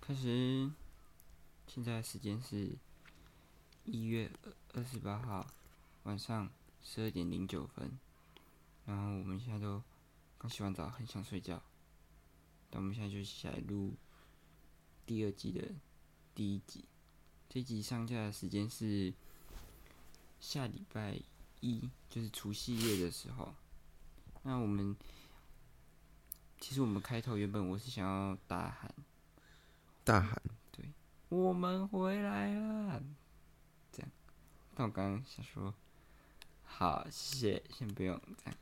开始。现在时间是一月二十八号晚上十二点零九分，然后我们现在都刚洗完澡，很想睡觉。那我们现在就起来录第二季的第一集。这一集上架的时间是下礼拜一，就是除夕夜的时候。那我们其实我们开头原本我是想要大喊大喊，我们回来啦，这样。但我刚刚想说，好，谢谢，先不用这样。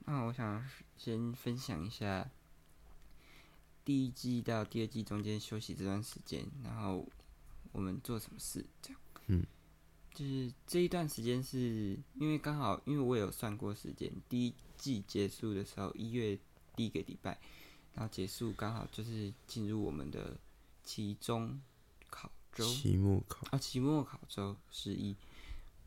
那我想先分享一下第一季到第二季中间休息这段时间，然后我们做什么事，这样。嗯，就是这一段时间是因为刚好，因为我有算过时间，第一季结束的时候一月第一个礼拜，然后结束刚好就是进入我们的期中考周。期末考，啊，期末考周十一，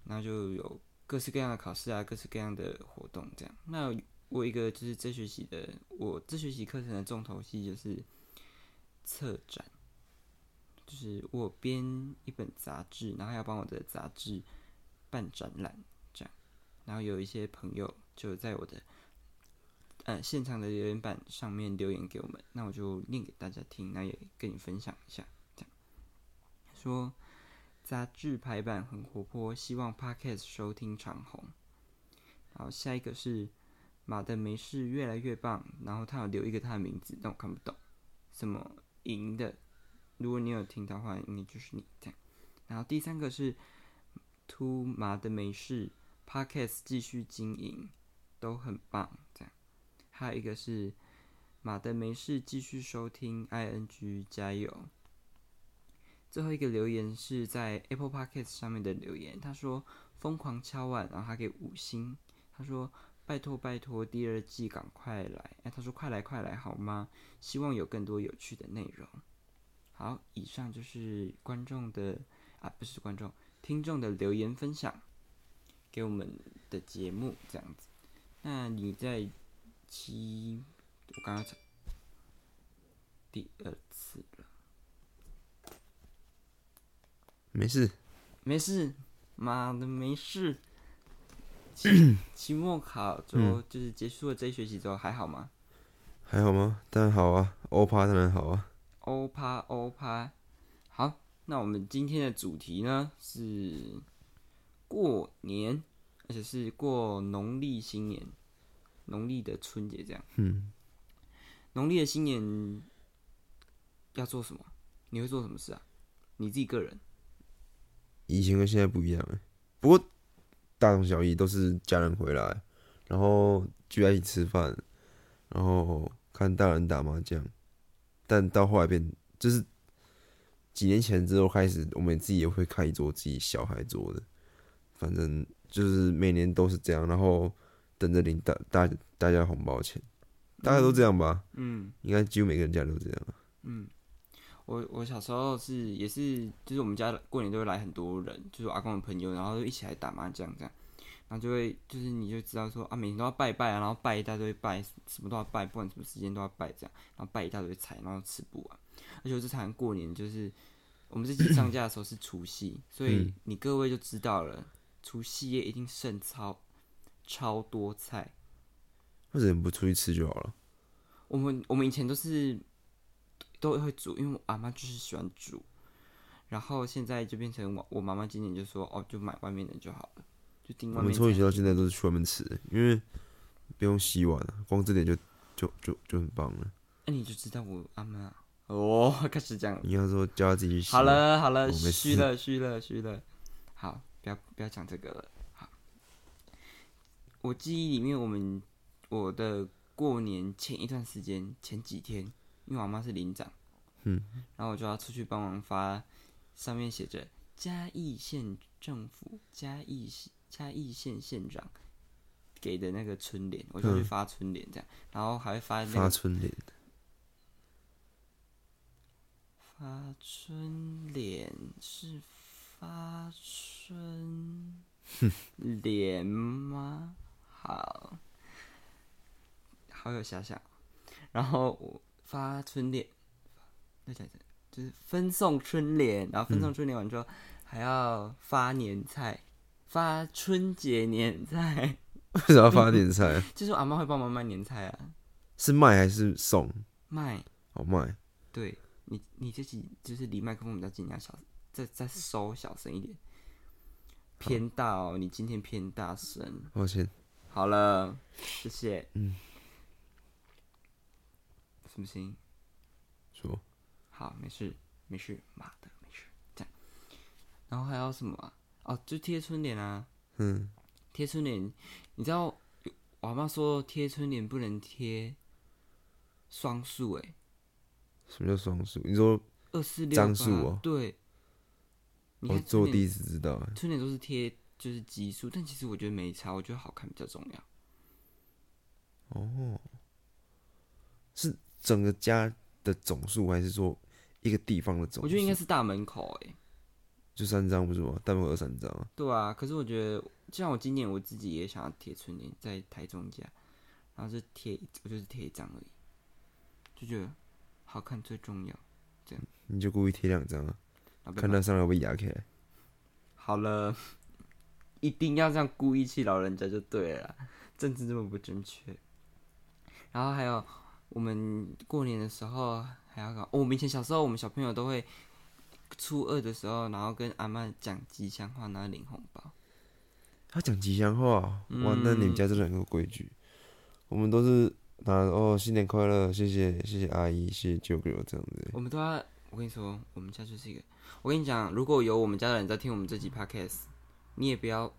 那就有各式各样的考试啊，各式各样的活动这样。那我一个就是这学期的，我这学期课程的重头戏就是策展，就是我编一本杂志，然后要帮我的杂志办展览这样。然后有一些朋友就在我的呃现场的留言板上面留言给我们，那我就念给大家听，那也跟你分享一下这样说。杂志排版很活泼，希望 Podcast 收听长红。然后下一个是马的没事越来越棒，然后他有留一个他的名字，但我看不懂，什么赢的。如果你有听到的话，应该就是你这样。然后第三个是 To 马的没事 Podcast 继续经营，都很棒这样。还有一个是马的没事继续收听 ING 加油。最后一个留言是在 Apple Podcast 上面的留言，他说疯狂敲碗，然后他给五星，他说拜托拜托，第二季赶快来，哎、他说快来快来好吗？希望有更多有趣的内容。好，以上就是观众的啊，不是观众，听众的留言分享给我们的节目这样子。那你在期，我刚刚才第二次了。没事，没事，妈的没事。期期末考之后、就是结束了这一学期之后还好吗？还好吗？当然好啊，欧趴当然好啊，欧趴欧趴，好，那我们今天的主题呢是过年，而且是过农历新年，农历的春节这样。嗯，农历的新年要做什么？你会做什么事啊？你自己个人以前跟现在不一样哎、不过大同小异，都是家人回来，然后聚在一起吃饭，然后看大人打麻将，但到后来变就是几年前之后开始，我们自己也会开一桌自己小孩做的，反正就是每年都是这样，然后等着领大大大家红包钱，大概都这样吧，嗯。应该几乎每个人家都这样。啊嗯，我我小时候是也是，就是我们家过年都会来很多人，就是我阿公的朋友，然后就一起来打麻将这样，然后就会就是你就知道说啊，每天都要拜拜啊，然后拜一大堆拜，什么都要拜，不管什么时间都要拜这样，然后拜一大堆菜，然后吃不完。而且我这台过年就是我们这期上架的时候是除夕，所以你各位就知道了，除夕夜一定剩超超多菜。为什么不出去吃就好了？我们我们以前都是都会煮，因为我阿妈就是喜欢煮，然后现在就变成我我妈妈今年就说哦，就买外面的就好了，就订我外们面从以餐。前到现在都是去外面吃，因为不用洗碗啊，光这点就就就就很棒了。那、你就知道我阿妈哦， 开始讲你要说叫他自己去洗，好，了好了，我没虚事了虚了虚了，好，不要不要讲这个了。好，我记忆里面，我们我的过年前一段时间，前几天，因为我妈是领长，嗯，然后我就要出去帮忙发，上面写着嘉义县政府嘉义县嘉义县县长给的那个春联，我就去嗯发春联这样，然后还会发那发个春联， 发春联是发春联吗？好，好有遐想。然后我发春联，那讲就就是分送春联，然后分送春联完之后还要发年菜，发春节年菜， 为什么要发点菜？啊就是我阿妈会帮忙卖年菜啊，是卖还是送？卖。哦，卖。对你，你自己就是离麦克风比较近，你要小，再再收小声一点，偏大哦，你今天偏大声。抱歉，好了，谢谢。嗯，什么行？说好，没事，没事，妈的，没事，这样。然后还有什么啊？哦，就贴春联啊，嗯，贴春联，你知道我妈说贴春联不能贴双数，欸诶，什么叫双数？你说二四六张数哦对。你我看哦做春联第一次知道欸，春联都是贴就是奇数，但其实我觉得没差，我觉得好看比较重要。是整个家的总数，还是说一个地方的总数？我觉得应该是大门口哎、就三张不是吗？但我有三张啊。对啊。可是我觉得，像我今年我自己也想要贴春联，在台中家，然后就贴一，我就是贴一张而已，就觉得好看最重要。你就故意贴两张啊，然后被看骂他上来会不会压起来。好了， 一定要这样故意气老人家就对了啦，政治这么不正确。然后还有我们过年的时候还要搞、哦，我们以前小时候我们小朋友都会初二的时候，然后跟阿妈讲吉祥话，然后领红包。他讲吉祥话啊，哇，那你们嗯家真的很有规矩。我们都是拿哦，新年快乐，谢谢谢谢阿姨，谢谢舅舅这样子。我们都要，我跟你说，我们家就是一个，我跟你讲，如果有我们家的人在听我们这集 podcast，你也不要，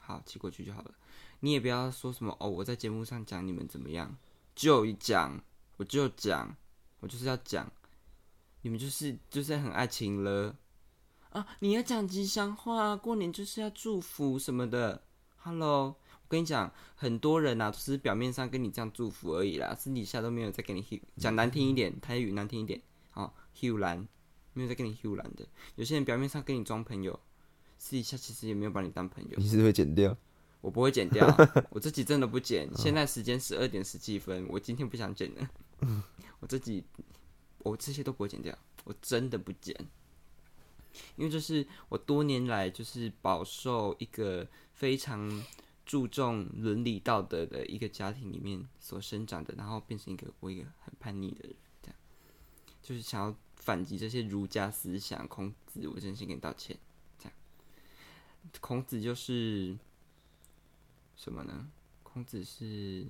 好，寄过去就好了，你也不要说什么哦，我在节目上讲你们怎么样，就讲，我就讲，我就是要讲，你们就是就是很爱情了啊，你要讲吉祥话，过年就是要祝福什么的，Hello。我跟你讲，很多人啊，只是表面上跟你这样祝福而已啦，私底下都没有在跟你 hu- 讲难听一点，台语难听一点，哦，hu 蓝，没有在跟你 hu 蓝的。有些人表面上跟你装朋友，私底下其实也没有把你当朋友。你是会剪掉？我不会剪掉，我这集真的不剪。现在时间十二点十七分，我今天不想剪了。我这集我这些都不会剪掉，我真的不剪，因为这是我多年来就是饱受一个非常注重伦理道德的一个家庭里面所生长的，然后变成一个我一个很叛逆的人，这样就是想要反击这些儒家思想。孔子，我真心跟你道歉。这样，孔子就是。什么呢？孔子是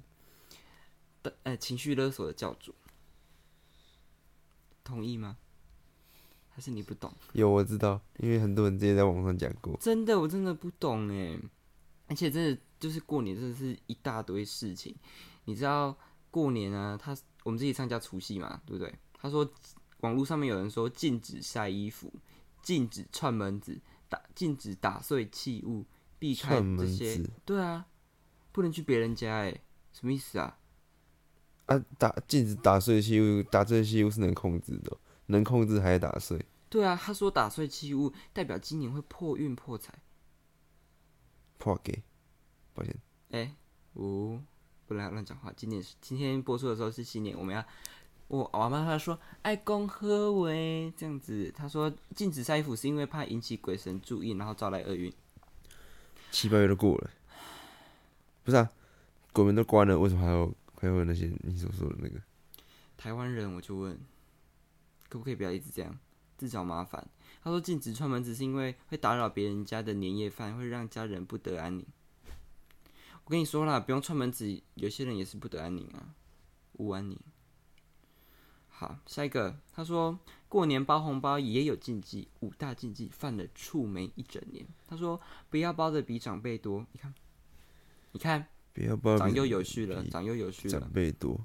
的，呃，情绪勒索的教主，同意吗？还是你不懂？有我知道，因为很多人之前在网上讲过。真的，我真的不懂哎。而且真的就是过年，真的是一大堆事情。你知道过年啊，他我们自己参加除夕嘛，对不对？他说网络上面有人说禁止晒衣服，禁止串门子，打禁止打碎器物，避开串门这些子。对啊，不能去别人家哎，什么意思啊？啊，打禁止打碎器物，打碎器物是能控制的哦，能控制还打碎，对啊，他说打碎器物代表今年会破运破财。破给。抱歉，哎、五、不能乱讲话。今年是今天播出的时候是新年，我们要我我妈她说爱公喝为这样子，她说禁止晒衣服是因为怕引起鬼神注意，然后招来厄运。七八月都过了，不是啊，鬼门都关了，为什么还有还有那些你所说的那个？台湾人我就问，可不可以不要一直这样自找麻烦？他说禁止串门子是因为会打扰别人家的年夜饭，会让家人不得安宁。我跟你说啦，不用串门子，有些人也是不得安宁啊，无安宁。好，下一个，他说过年包红包也有禁忌，五大禁忌犯了触霉一整年。他说不要包的比长辈多，你看，你看，不要包长比幼有序了，比长幼有序了长。辈多，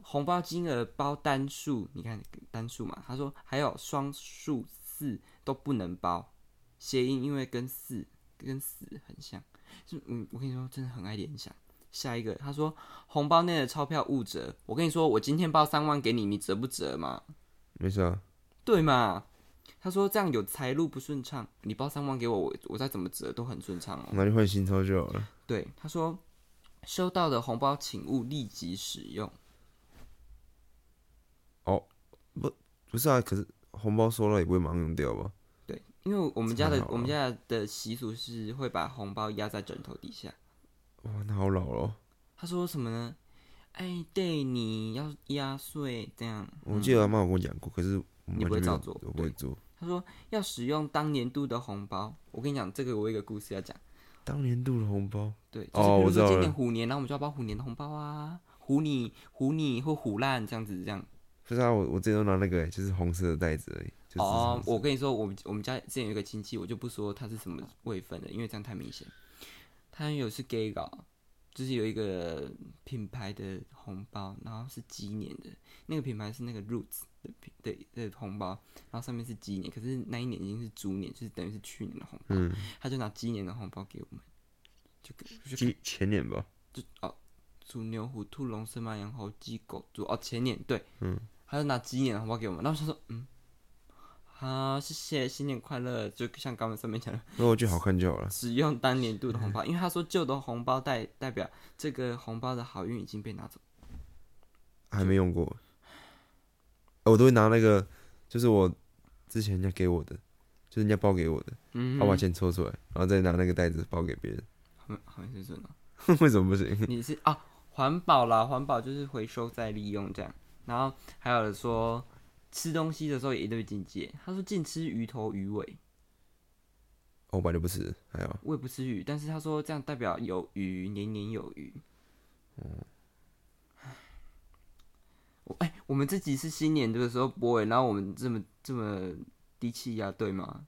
红包金额包单数，你看单数嘛，他说还有双数四都不能包，谐音因为跟四跟死很像，是嗯，我跟你说真的很爱联想。下一个他说红包内的钞票误折，我跟你说我今天包三万给你，你折不折嘛？没事啊，对嘛？他说这样有财路不顺畅，你包三万给我，我我再怎么折都很顺畅哦。拿去换新钞就好了。对，他说收到的红包请勿立即使用。不是啊，可是红包收到也不会马上用掉吧？对，因为我们家的太好了我们家的习俗是会把红包压在枕头底下。哇，那好老了哦。他说什么呢？哎，对，你要压岁这样。我记得阿妈有跟我讲过，可是我嗯你完不会全没照有做我不会做。他说要使用当年度的红包。我跟你讲，这个我有一个故事要讲。当年度的红包，对，就是哦比如我知说道今了年虎年，然后我们就要包虎年的红包啊，虎你虎你或虎烂这样子这样。不是啊，我我之前都拿那个、就是红色的袋子而已。就是、哦，我跟你说，我们我们家之前有一个亲戚，我就不说他是什么位分了，因为这样太明显。他有是 gay 搞，就是有一个品牌的红包，然后是鸡年的，那个品牌是那个 Roots 的品的的红包，然后上面是鸡年，可是那一年已经是猪年，就是等于是去年的红包，嗯，他就拿鸡年的红包给我们，就给就今前年吧，就哦，猪、牛、虎、兔、龙、蛇、马、羊、猴、鸡、狗、猪。哦，前年对，嗯，他就拿鸡年的红包给我们，然后他说，嗯，好，谢谢，新年快乐。就像刚刚上面讲的，那我觉得好看就好了。使用当年度的红包，因为他说旧的红包代代表这个红包的好运已经被拿走。还没用过。呃我都会拿那个，就是我之前人家给我的，就是人家包给我的，嗯我把钱抽出来，然后再拿那个袋子包给别人。 好像好像是这种，为什么不行？你是啊，环保啦，环保就是回收再利用这样。然后还有说吃东西的时候也一堆境界，他说禁吃鱼头鱼尾。哦我本来就不吃，还好。我也不吃鱼，但是他说这样代表有余，年年有余。嗯，我哎、我们这集是新年的时候播诶，然后我们这么这么低气压，对吗？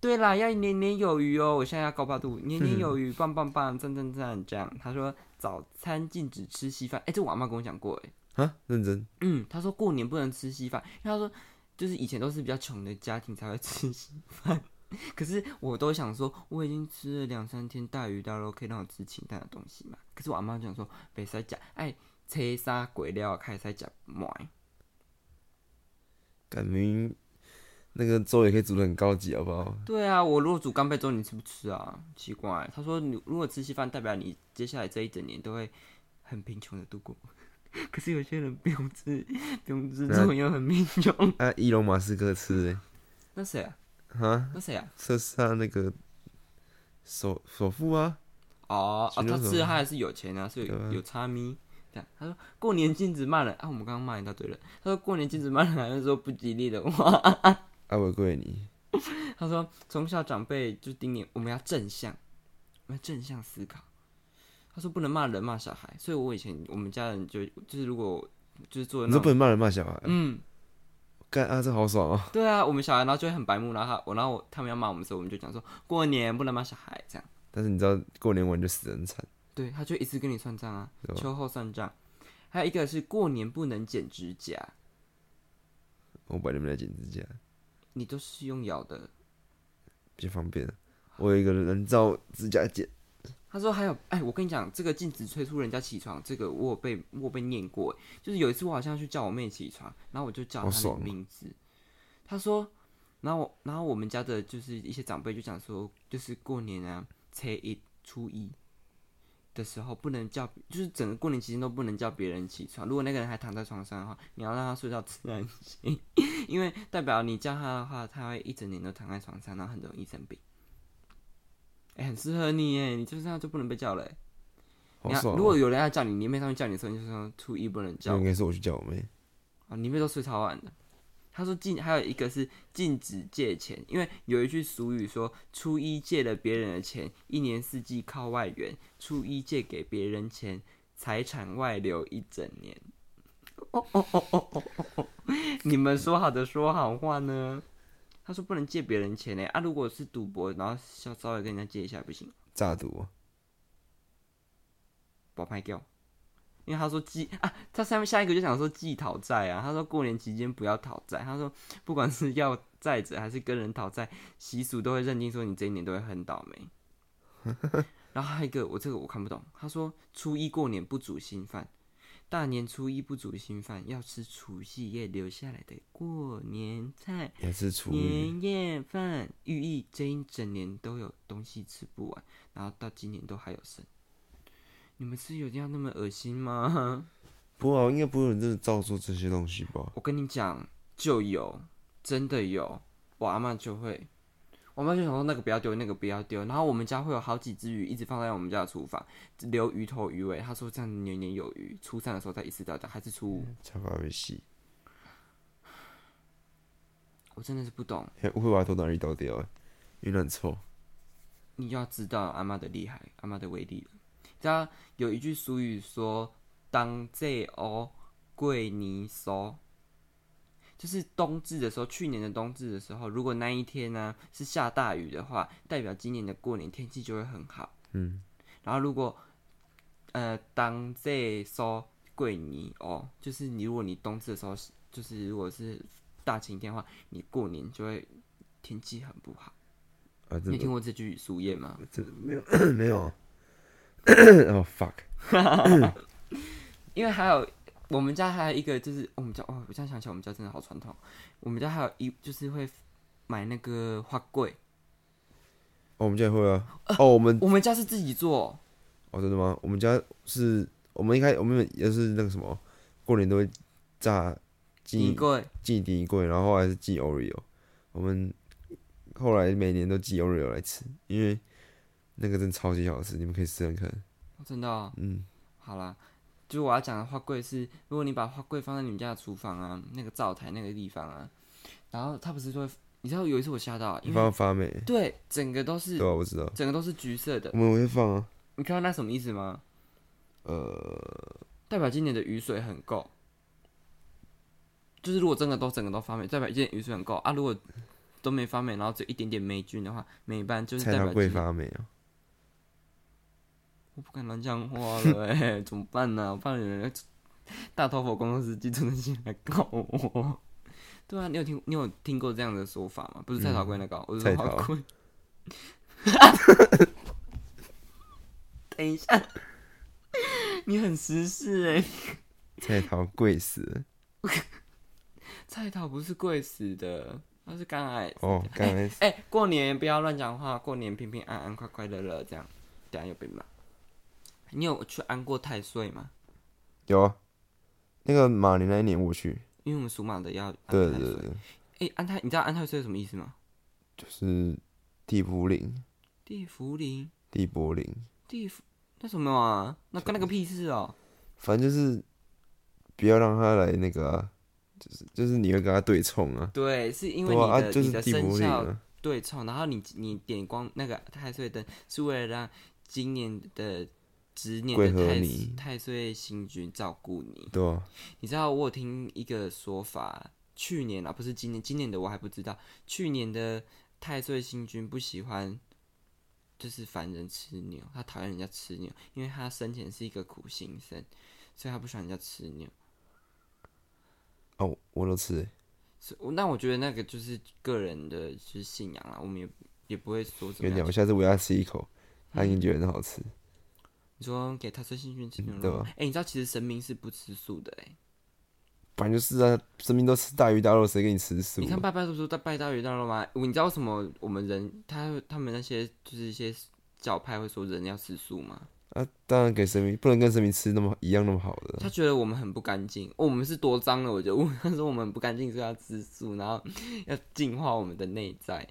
对啦，要年年有余哦！我现在要高八度，年年有余，棒棒棒，赞赞赞，这样。他说早餐禁止吃稀饭，哎、这我阿妈跟我讲过，哎，啊，认真嗯，他说过年不能吃稀饭，因为他说就是以前都是比较穷的家庭才会吃稀饭。 可是我都想说，我已经吃了两三天大鱼大肉，可以让我吃清淡的东西嘛。可是我阿妈讲说，别塞假，哎，切啥鬼料开塞假麦。感明那个粥也可以煮的很高级，好不好？对啊，我如果煮干贝粥，你吃不吃啊？奇怪，他说你如果吃稀饭，代表你接下来这一整年都会很贫穷的度过。 可是有些人不用吃，不用吃那粥又很贫穷。啊，伊隆马斯克吃嘞、那谁啊？哈，那谁啊？这是他那个首首富啊，哦，哦其中他什么吃的他还是有钱啊，所以对啊有差咪。这样，他说过年禁止骂人啊，我们刚刚骂一大堆人。他说过年禁止骂人，还是说不吉利的话。 阿伟贵你，他说从小长辈就叮咛我们要正向，我们要正向思考。他说不能骂人骂小孩，所以我以前我们家人就就是如果就是做你那说不种能骂人骂小孩，嗯，干啊，这好爽哦、对啊，我们小孩然后就会很白目，然后他我然后我他们要骂我们的时候，我们就讲说过年不能骂小孩这样。但是你知道过年完就死得很惨，对，他就一次跟你算账啊对，吧秋后算账。还有一个是过年不能剪指甲，我本来就没来剪指甲。你都是用咬的。比较方便。我有一个人造指甲剪，他说还有，哎，我跟你讲，这个禁止催促人家起床，这个我有被我有被念过，就是有一次我好像去叫我妹起床，然后我就叫好她的爽哦名字，她说，然后我然后我们家的就是一些长辈就讲说，就是过年啊，初一初一的时候不能叫，就是整个过年期间都不能叫别人起床，如果那个人还躺在床上的话，你要让他睡到自然醒，因为代表你叫他的话，他会一整年都躺在床上，然后很容易生病。哎、很适合你哎，你就是这样就不能被叫了欸。好你要啊爽、哦如果有人要叫你，你妹上面叫你的时候，你就说初一不能那叫应该是我去叫我妹，啊，你妹都睡超晚的。他说禁，还有一个是禁止借钱，因为有一句俗语说，初一借了别人的钱，一年四季靠外援；初一借给别人钱，财产外流一整年。哦哦哦哦哦哦哦哦！ 你们说好的说好话呢？他说不能借别人钱呢、啊，如果是赌博，然后稍稍微跟人家借一下不行吗。诈赌啊，把拍掉，因为他说记啊，他下面下一个就想说记讨债啊，他说过年期间不要讨债，他说不管是要债者还是跟人讨债，习俗都会认定说你这一年都会很倒霉。然后还有一个我这个我看不懂，他说初一过年不煮新饭，大年初一不煮新饭，要吃除夕夜留下来的过年菜。也是厨余，年夜饭寓意这一整年都有东西吃不完，然后到今年都还有剩。你们是有这样那么恶心吗？ 不过、啊、应该不会有人真的照做这些东西吧？我跟你讲，就有，真的有，我阿妈就会，我妈就想说那个不要丢，那个不要丢。然后我们家会有好几只鱼，一直放在我们家的厨房，留鱼头鱼尾。她说这样年年有余。初三的时候才意识到的，还是初五，超发微细，我真的是不懂。还会把它头哪里倒掉、欸，因为很臭。你要知道阿妈的厉害，阿妈的威力了。你知道有一句俗语说“当这哦贵泥收”，就是冬至的时候，去年的冬至的时候，如果那一天呢、是下大雨的话，代表今年的过年天气就会很好。嗯，然后如果呃当这收贵泥哦，就是你如果你冬至的时候，就是如果是大晴天的话，你过年就会天气很不好。啊，你真有听的过这句俗谚吗？ 没有。哦 fuck，因为还有我们家还有一个就是我们家哦，我现在想起来我们家真的好传统。我们家还有一就是会买那个花柜，哦，我们家也会啊。呃哦，我们我们家是自己做，哦，真的吗？我们家是，我们一开，我们也是那个什么，过年都会炸衣进柜寄第一柜，然后后来是寄 Oreo。我们后来每年都寄 Oreo 来吃，因为那个真的超级好吃，你们可以试试看。真的、哦、嗯，好啦。就我要讲的花柜是，如果你把花柜放在你们家的厨房啊，那个灶台那个地方啊，然后它不是就会，你知道有一次我吓到，啊因为放发霉，对整个都是对啊，我知道。整个都是橘色的我，们会放啊，你看到那什么意思吗？呃，代表今年的雨水很够。就是如果真的都整个都发霉，代表今年雨水很够啊。如果都没发霉，然后只有一点点霉菌的话，霉斑就是菜代表刀柜今年发霉啊。我不敢乱讲话了、 欸，怎么办呢、我怕有人大头佛公司机真的进来告我。对啊，你有听你有听过这样的说法吗？不是菜桃龟那个哦，我是菜说桃花龟。等一下，你很时事哎、菜刀贵死 了菜桃不是贵死的，它是肝癌。哦，刚才哎、过年不要乱讲话，过年平平安安、快快乐乐这样。等下又被骂。你有去安过太岁吗？有啊，那个马年那一年我去，因为我们属马的要安对太对岁。对，哎、安太，你知道安太岁是什么意思吗？就是地茯苓，地茯苓，地柏苓，地茯那什么啊？那跟那个屁事哦、反正就是不要让他来那个、啊，就是就是你会跟他对冲啊，对，是因为对你的、啊，啊就你是的地生茯苓肖啊，对冲，然后你你点光那个太岁灯，是为了让今年的值年贵的和太你太岁星君照顾你。对啊，你知道我有听一个说法，去年啊，不是今年，今年的我还不知道。去年的太岁星君不喜欢，就是凡人吃牛，他讨厌人家吃牛，因为他生前是一个苦行僧，所以他不喜欢人家吃牛。哦，我我都吃欸、所以那我觉得那个就是个人的就是信仰啊，我们也也不会说怎跟么你讲，样嗯我。下次喂他吃一口，他一定觉得很好吃。你说给太岁星君吃牛对肉吧吗，哎、你知道其实神明是不吃素的哎、反正就是啊，生命都吃大鱼大肉，谁给你吃素你啊？看拜拜叔叔在拜大鱼大肉吗？你知道为什么我们人他他们那些就是一些教派会说人要吃素吗？啊，当然给神明，不能跟神明吃那么一样那么好的。他觉得我们很不干净、哦我们是多脏了，我就问他说我们很不干净，所以要吃素，然后要净化我们的内在。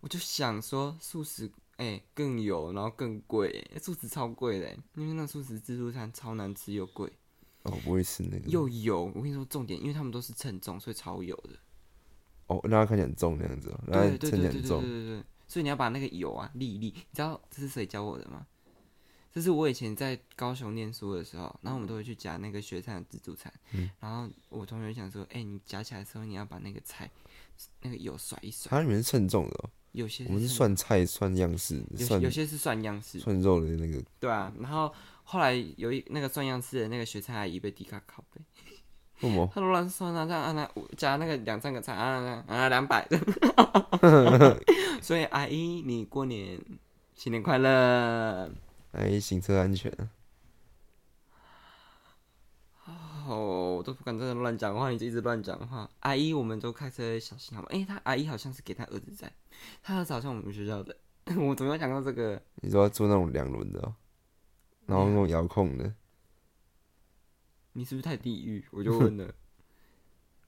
我就想说素食哎、更油，然后更贵、哎素食超贵的、哎因为那素食自助餐超难吃又贵哦，我不会吃那个。又油。我跟你说重点，因为他们都是称重，所以超油的。哦，让他看起来很重那样子、哦，让对他对对称起对来很对对重。对对，所以你要把那个油啊沥一沥，你知道这是谁教我的吗？这是我以前在高雄念书的时候，然后我们都会去夹那个学餐的自助餐，嗯然后我同学就想说，哎、你夹起来的时候你要把那个菜那个油甩一甩，它里面是称重的、哦，有些啊我们是蒜，算菜、算样式、有些算有些是蒜样式，算肉的那个。对啊，然后后来有一那个蒜样式的那个学餐阿姨被迪卡拷贝，为什么？他都乱算啊，这样按那加那个两三个菜啊啊两百，所以阿姨你过年新年快乐！哎，行车安全啊。哦，我都不敢真的乱讲话，你就一直乱讲话。阿姨，我们都开车小心好吗？哎、他阿姨好像是给他儿子在，他儿子好像我们学校的，我怎么有讲到这个？你说要坐那种两轮的、哦，然后那种遥控的，你是不是太地狱？我就问了。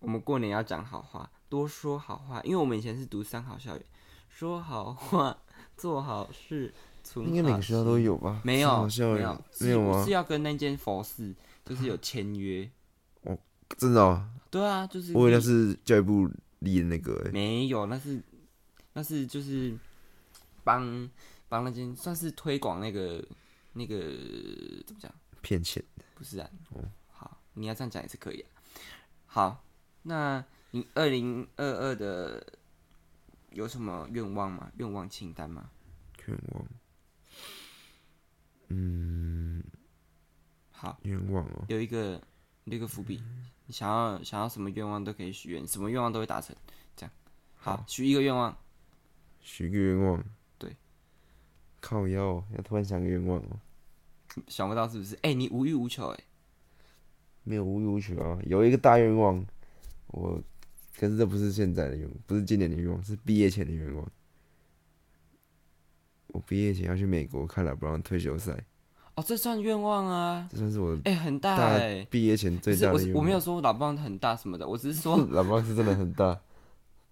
我们过年要讲好话，多说好话，因为我们以前是读三好校园，说好话，做好事，存应该每好个学校心都有吧？没三有好校没园有没有吗是？要跟那间佛寺就是有签约。真的哦，对啊，就是我以为那是教育部立的那个欸没有，那是那是就是帮帮那间算是推广那个那个怎么讲？骗钱。不是啊，好，你要这样讲也是可以啊。好，那你二零二二的有什么愿望吗？愿望清单吗？愿望，嗯，好，愿望哦，留一个留一个伏笔，你想要想要什么愿望都可以许愿，什么愿望都会达成。这样，好，许一个愿望，许个愿望，对，靠腰哦，要突然想个愿望哦，想不到是不是？哎、你无欲无求、哎，没有无欲无求啊，有一个大愿望，我，可是这不是现在的愿望，不是今年的愿望，是毕业前的愿望。我毕业前要去美国看 LeBron 退休赛，哦，这算愿望啊，这算是我哎、很大大哎、毕业前不最是大我的是愿我望。没有说我老棒很大什么的，我只是说 LeBron 是真的很大，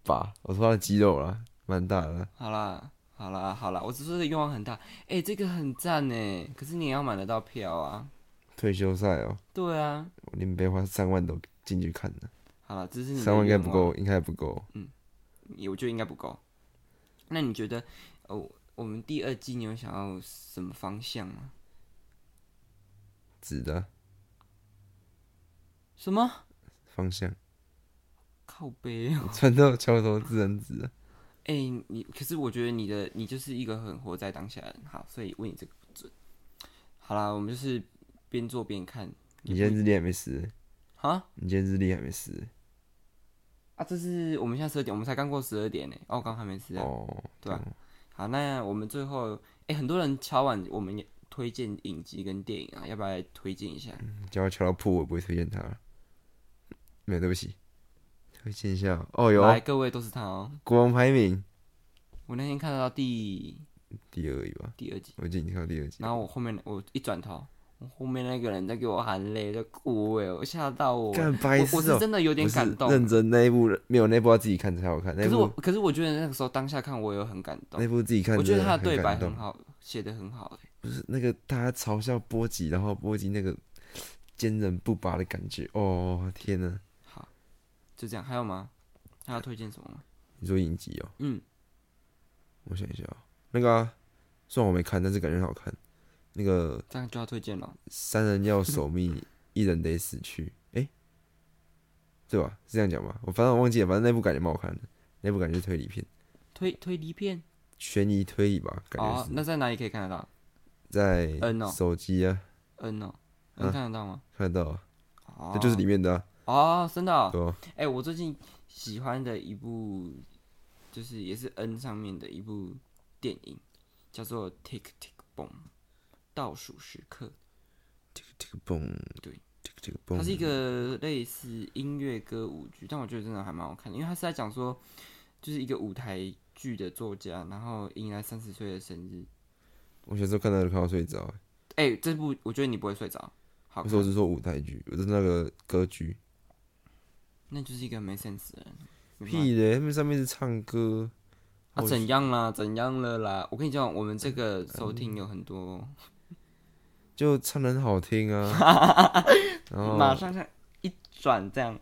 吧？我说他的肌肉啦，蛮大的啦。好啦，好啦，好啦，我只是说这愿望很大，哎、这个很赞呢，可是你也要买得到票啊。退休赛哦，对啊，我连杯花三万都进去看了，好了，这是你的三万应该不愿望，够，应该不够。也我觉得应该不够。那你觉得，哦，我们第二季你有想要什么方向吗？指的什么方向，靠背哦？ 穿透桥头自然直啊。哎、你可是我觉得你的你就是一个很活在当下的人，好，所以问你这个不准。好啦，我们就是边做边看你今天日历还没撕欸，啊你今天日历还没撕欸。啊！这是我们现在十二点，我们才刚过十二点呢。哦，刚还没吃啊。哦，对啊好，那我们最后，哎、很多人敲碗，我们也推荐影集跟电影啊，要不要来推荐一下？叫他敲到破，我不会推荐他了。没有，对不起，推荐一下哦。哦，有来，各位都是他哦。国王排名我那天看到第第二而已吧，第二集，我记得你看到第二集然。后我后面我一转头，我后面那个人在给我含泪，在哭哎，我吓到我，我干白痴我是哦，真的有点不是感动。认真那一部没有那一部要自己看才好看，那可一是我，部可是我觉得那个时候当下看我有很感动那，一部自己看我觉真得的他的很对白感很动。好，写的很好哎。就是那个大家嘲笑波吉，然后波吉那个坚韧不拔的感觉，哦天呐，好，就这样，还有吗？还要推荐什么吗？你说影集哦，嗯，我想一下、哦，那个、啊、虽然我没看，但是感觉很好看。那个这样就要推荐了。三人要守密，一人得死去，诶，对吧？是这样讲吧？我反正我忘记了，反正那部感觉蛮好看的，那部感觉是推理片，推推离片悬疑推理吧，感觉哦，是那在哪里可以看得到？在嗯哦手机啊嗯哦，能啊看得到 吗？看得到啊，哦这就是里面的、啊，哦，真的、哦。对吧、啊哎、我最近喜欢的一部，就是也是 N 上面的一部电影，叫做《Tick Tick Boom》，倒数时刻。这个蹦，对，这个这个蹦，它是一个类似音乐歌舞剧，但我觉得真的还蛮好看的，因为它是在讲说，就是一个舞台剧的作家，然后迎来三十岁的生日。我小时候看到看到睡着、欸。哎、这部我觉得你不会睡着，好不是，我看，是说舞台剧，我是那个歌剧。那就是一个没 sense 的人。没办法屁嘞，他们上面是唱歌，啊，我怎样啦？怎样了啦？我跟你讲，我们这个嗯收听有很多，就唱的很好听 啊，然马后上像一转这样，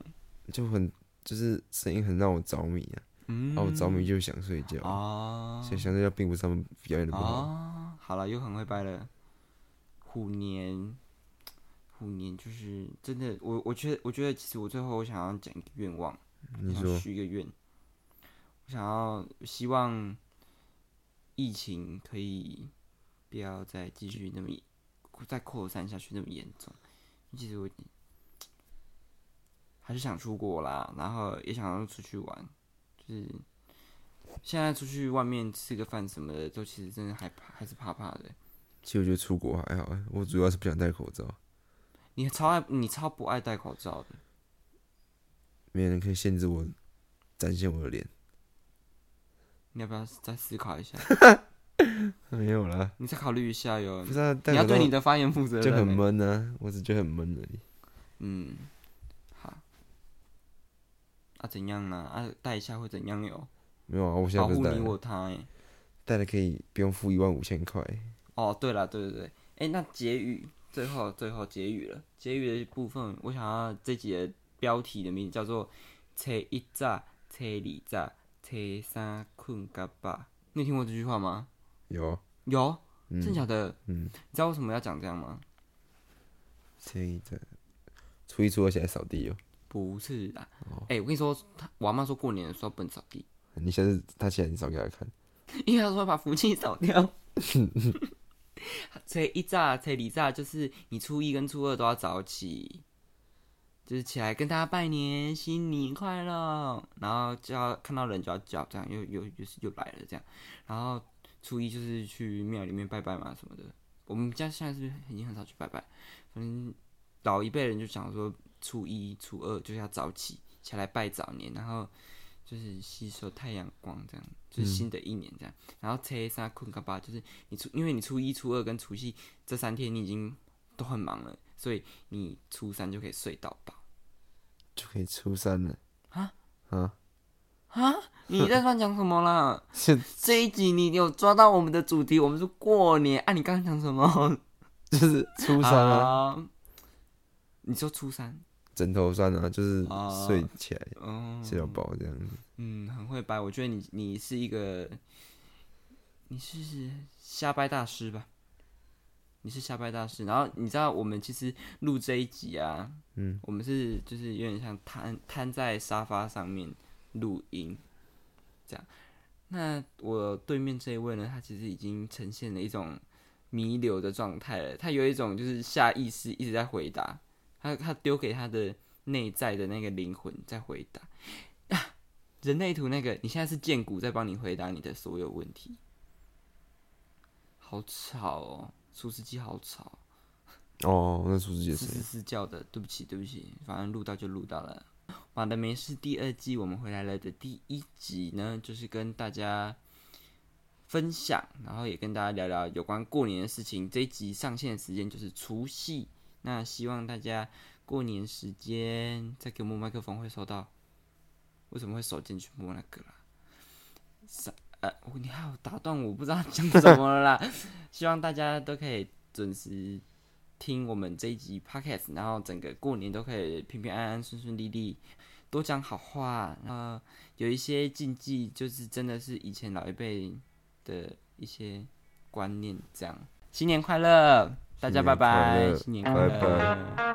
就很就是声音很让我着迷啊，嗯，然后我着迷就想睡觉，啊所以想睡觉并不是他们表演的不好，啊，好了，又很会掰了。虎年，虎年就是真的，我我觉得，我觉得其实我最后我想要讲一个愿望，嗯你想说许一个愿，我想要希望疫情可以不要再继续那么再扩散下去那么严重。其实我已经还是想出国啦，然后也想要出去玩，就是现在出去外面吃个饭什么的，都其实真的还怕还是怕怕的。其实我觉得出国还好啊，我主要是不想戴口罩，你超爱你超不爱戴口罩的，没人可以限制我展现我的脸，你要不要再思考一下？ 没有啦，你再考虑一下哟不。是啊，你戴要口罩对你的发言负责就任很欸、闷啊，我只觉得很闷而已。嗯，好，啊怎样呢、啊？啊带一下会怎样哟？没有啊，我现在保不是护带你了我他哎、带了可以不用付一万五千块。哦，对了，对对对，哎、那结语最后最后结语了，结语的部分，我想要这集的标题的名字叫做“车一炸，车二炸，车三困嘎巴”。你有听过这句话吗？有啊，有，嗯真假的？嗯，你知道为什么要讲这样吗？所以这初一初二起来扫地哦。不是啊，哎、我跟你说，他我妈说过年的时候不能扫地，你下次他起来你扫给他看，因为她说把福气扫掉。车一炸，车二炸，就是你初一跟初二都要早起，就是起来跟大家拜年，新年快乐，然后就要看到人就要叫，这样又又又是又来了这样，然后初一就是去庙里面拜拜嘛什么的。我们家现在是不是已经很少去拜拜？反正老一辈人就想说，初一、初二就是要早起起来拜早年，然后就是吸收太阳光，这样就是新的一年这样。然后初三困嘎巴，就是你初，因为你初一、初二跟除夕这三天你已经都很忙了，所以你初三就可以睡到饱。就可以初三了。 啊啊！你在乱讲什么啦？现 这一集你有抓到我们的主题，我们是过年啊！你刚刚讲什么？就是初三啊，啊你说初三？枕头酸啊，就是啊睡起来哦，睡到饱这样子。嗯，很会掰。我觉得你你是一个，你是瞎掰大师吧？你是瞎掰大师。然后你知道我们其实录这一集啊，嗯，我们是就是有点像瘫瘫在沙发上面录音这样。那我对面这一位呢，他其实已经呈现了一种弥留的状态了。他有一种就是下意识一直在回答，他他丢给他的内在的那个灵魂在回答。人类图那个，你现在是剑骨在帮你回答你的所有问题。好吵哦，厨师机好吵，哦，那厨师节嘶嘶谁？嘶叫的。对不起，对不起，反正录到就录到了。马的没事第二季我们回来了的第一集呢，就是跟大家分享，然后也跟大家聊聊有关过年的事情。这一集上线的时间就是除夕，那希望大家过年时间再给我们麦克风会收到。为什么会手贱去摸那个啦？上呃，我你还有打断我，不知道讲什么了啦。希望大家都可以准时听我们这一集 podcast，然后整个过年都可以平平安安、顺顺利利，多讲好话。呃，有一些禁忌，就是真的是以前老一辈的一些观念，这样。新年快乐，大家新年拜拜，快乐新年快乐。拜拜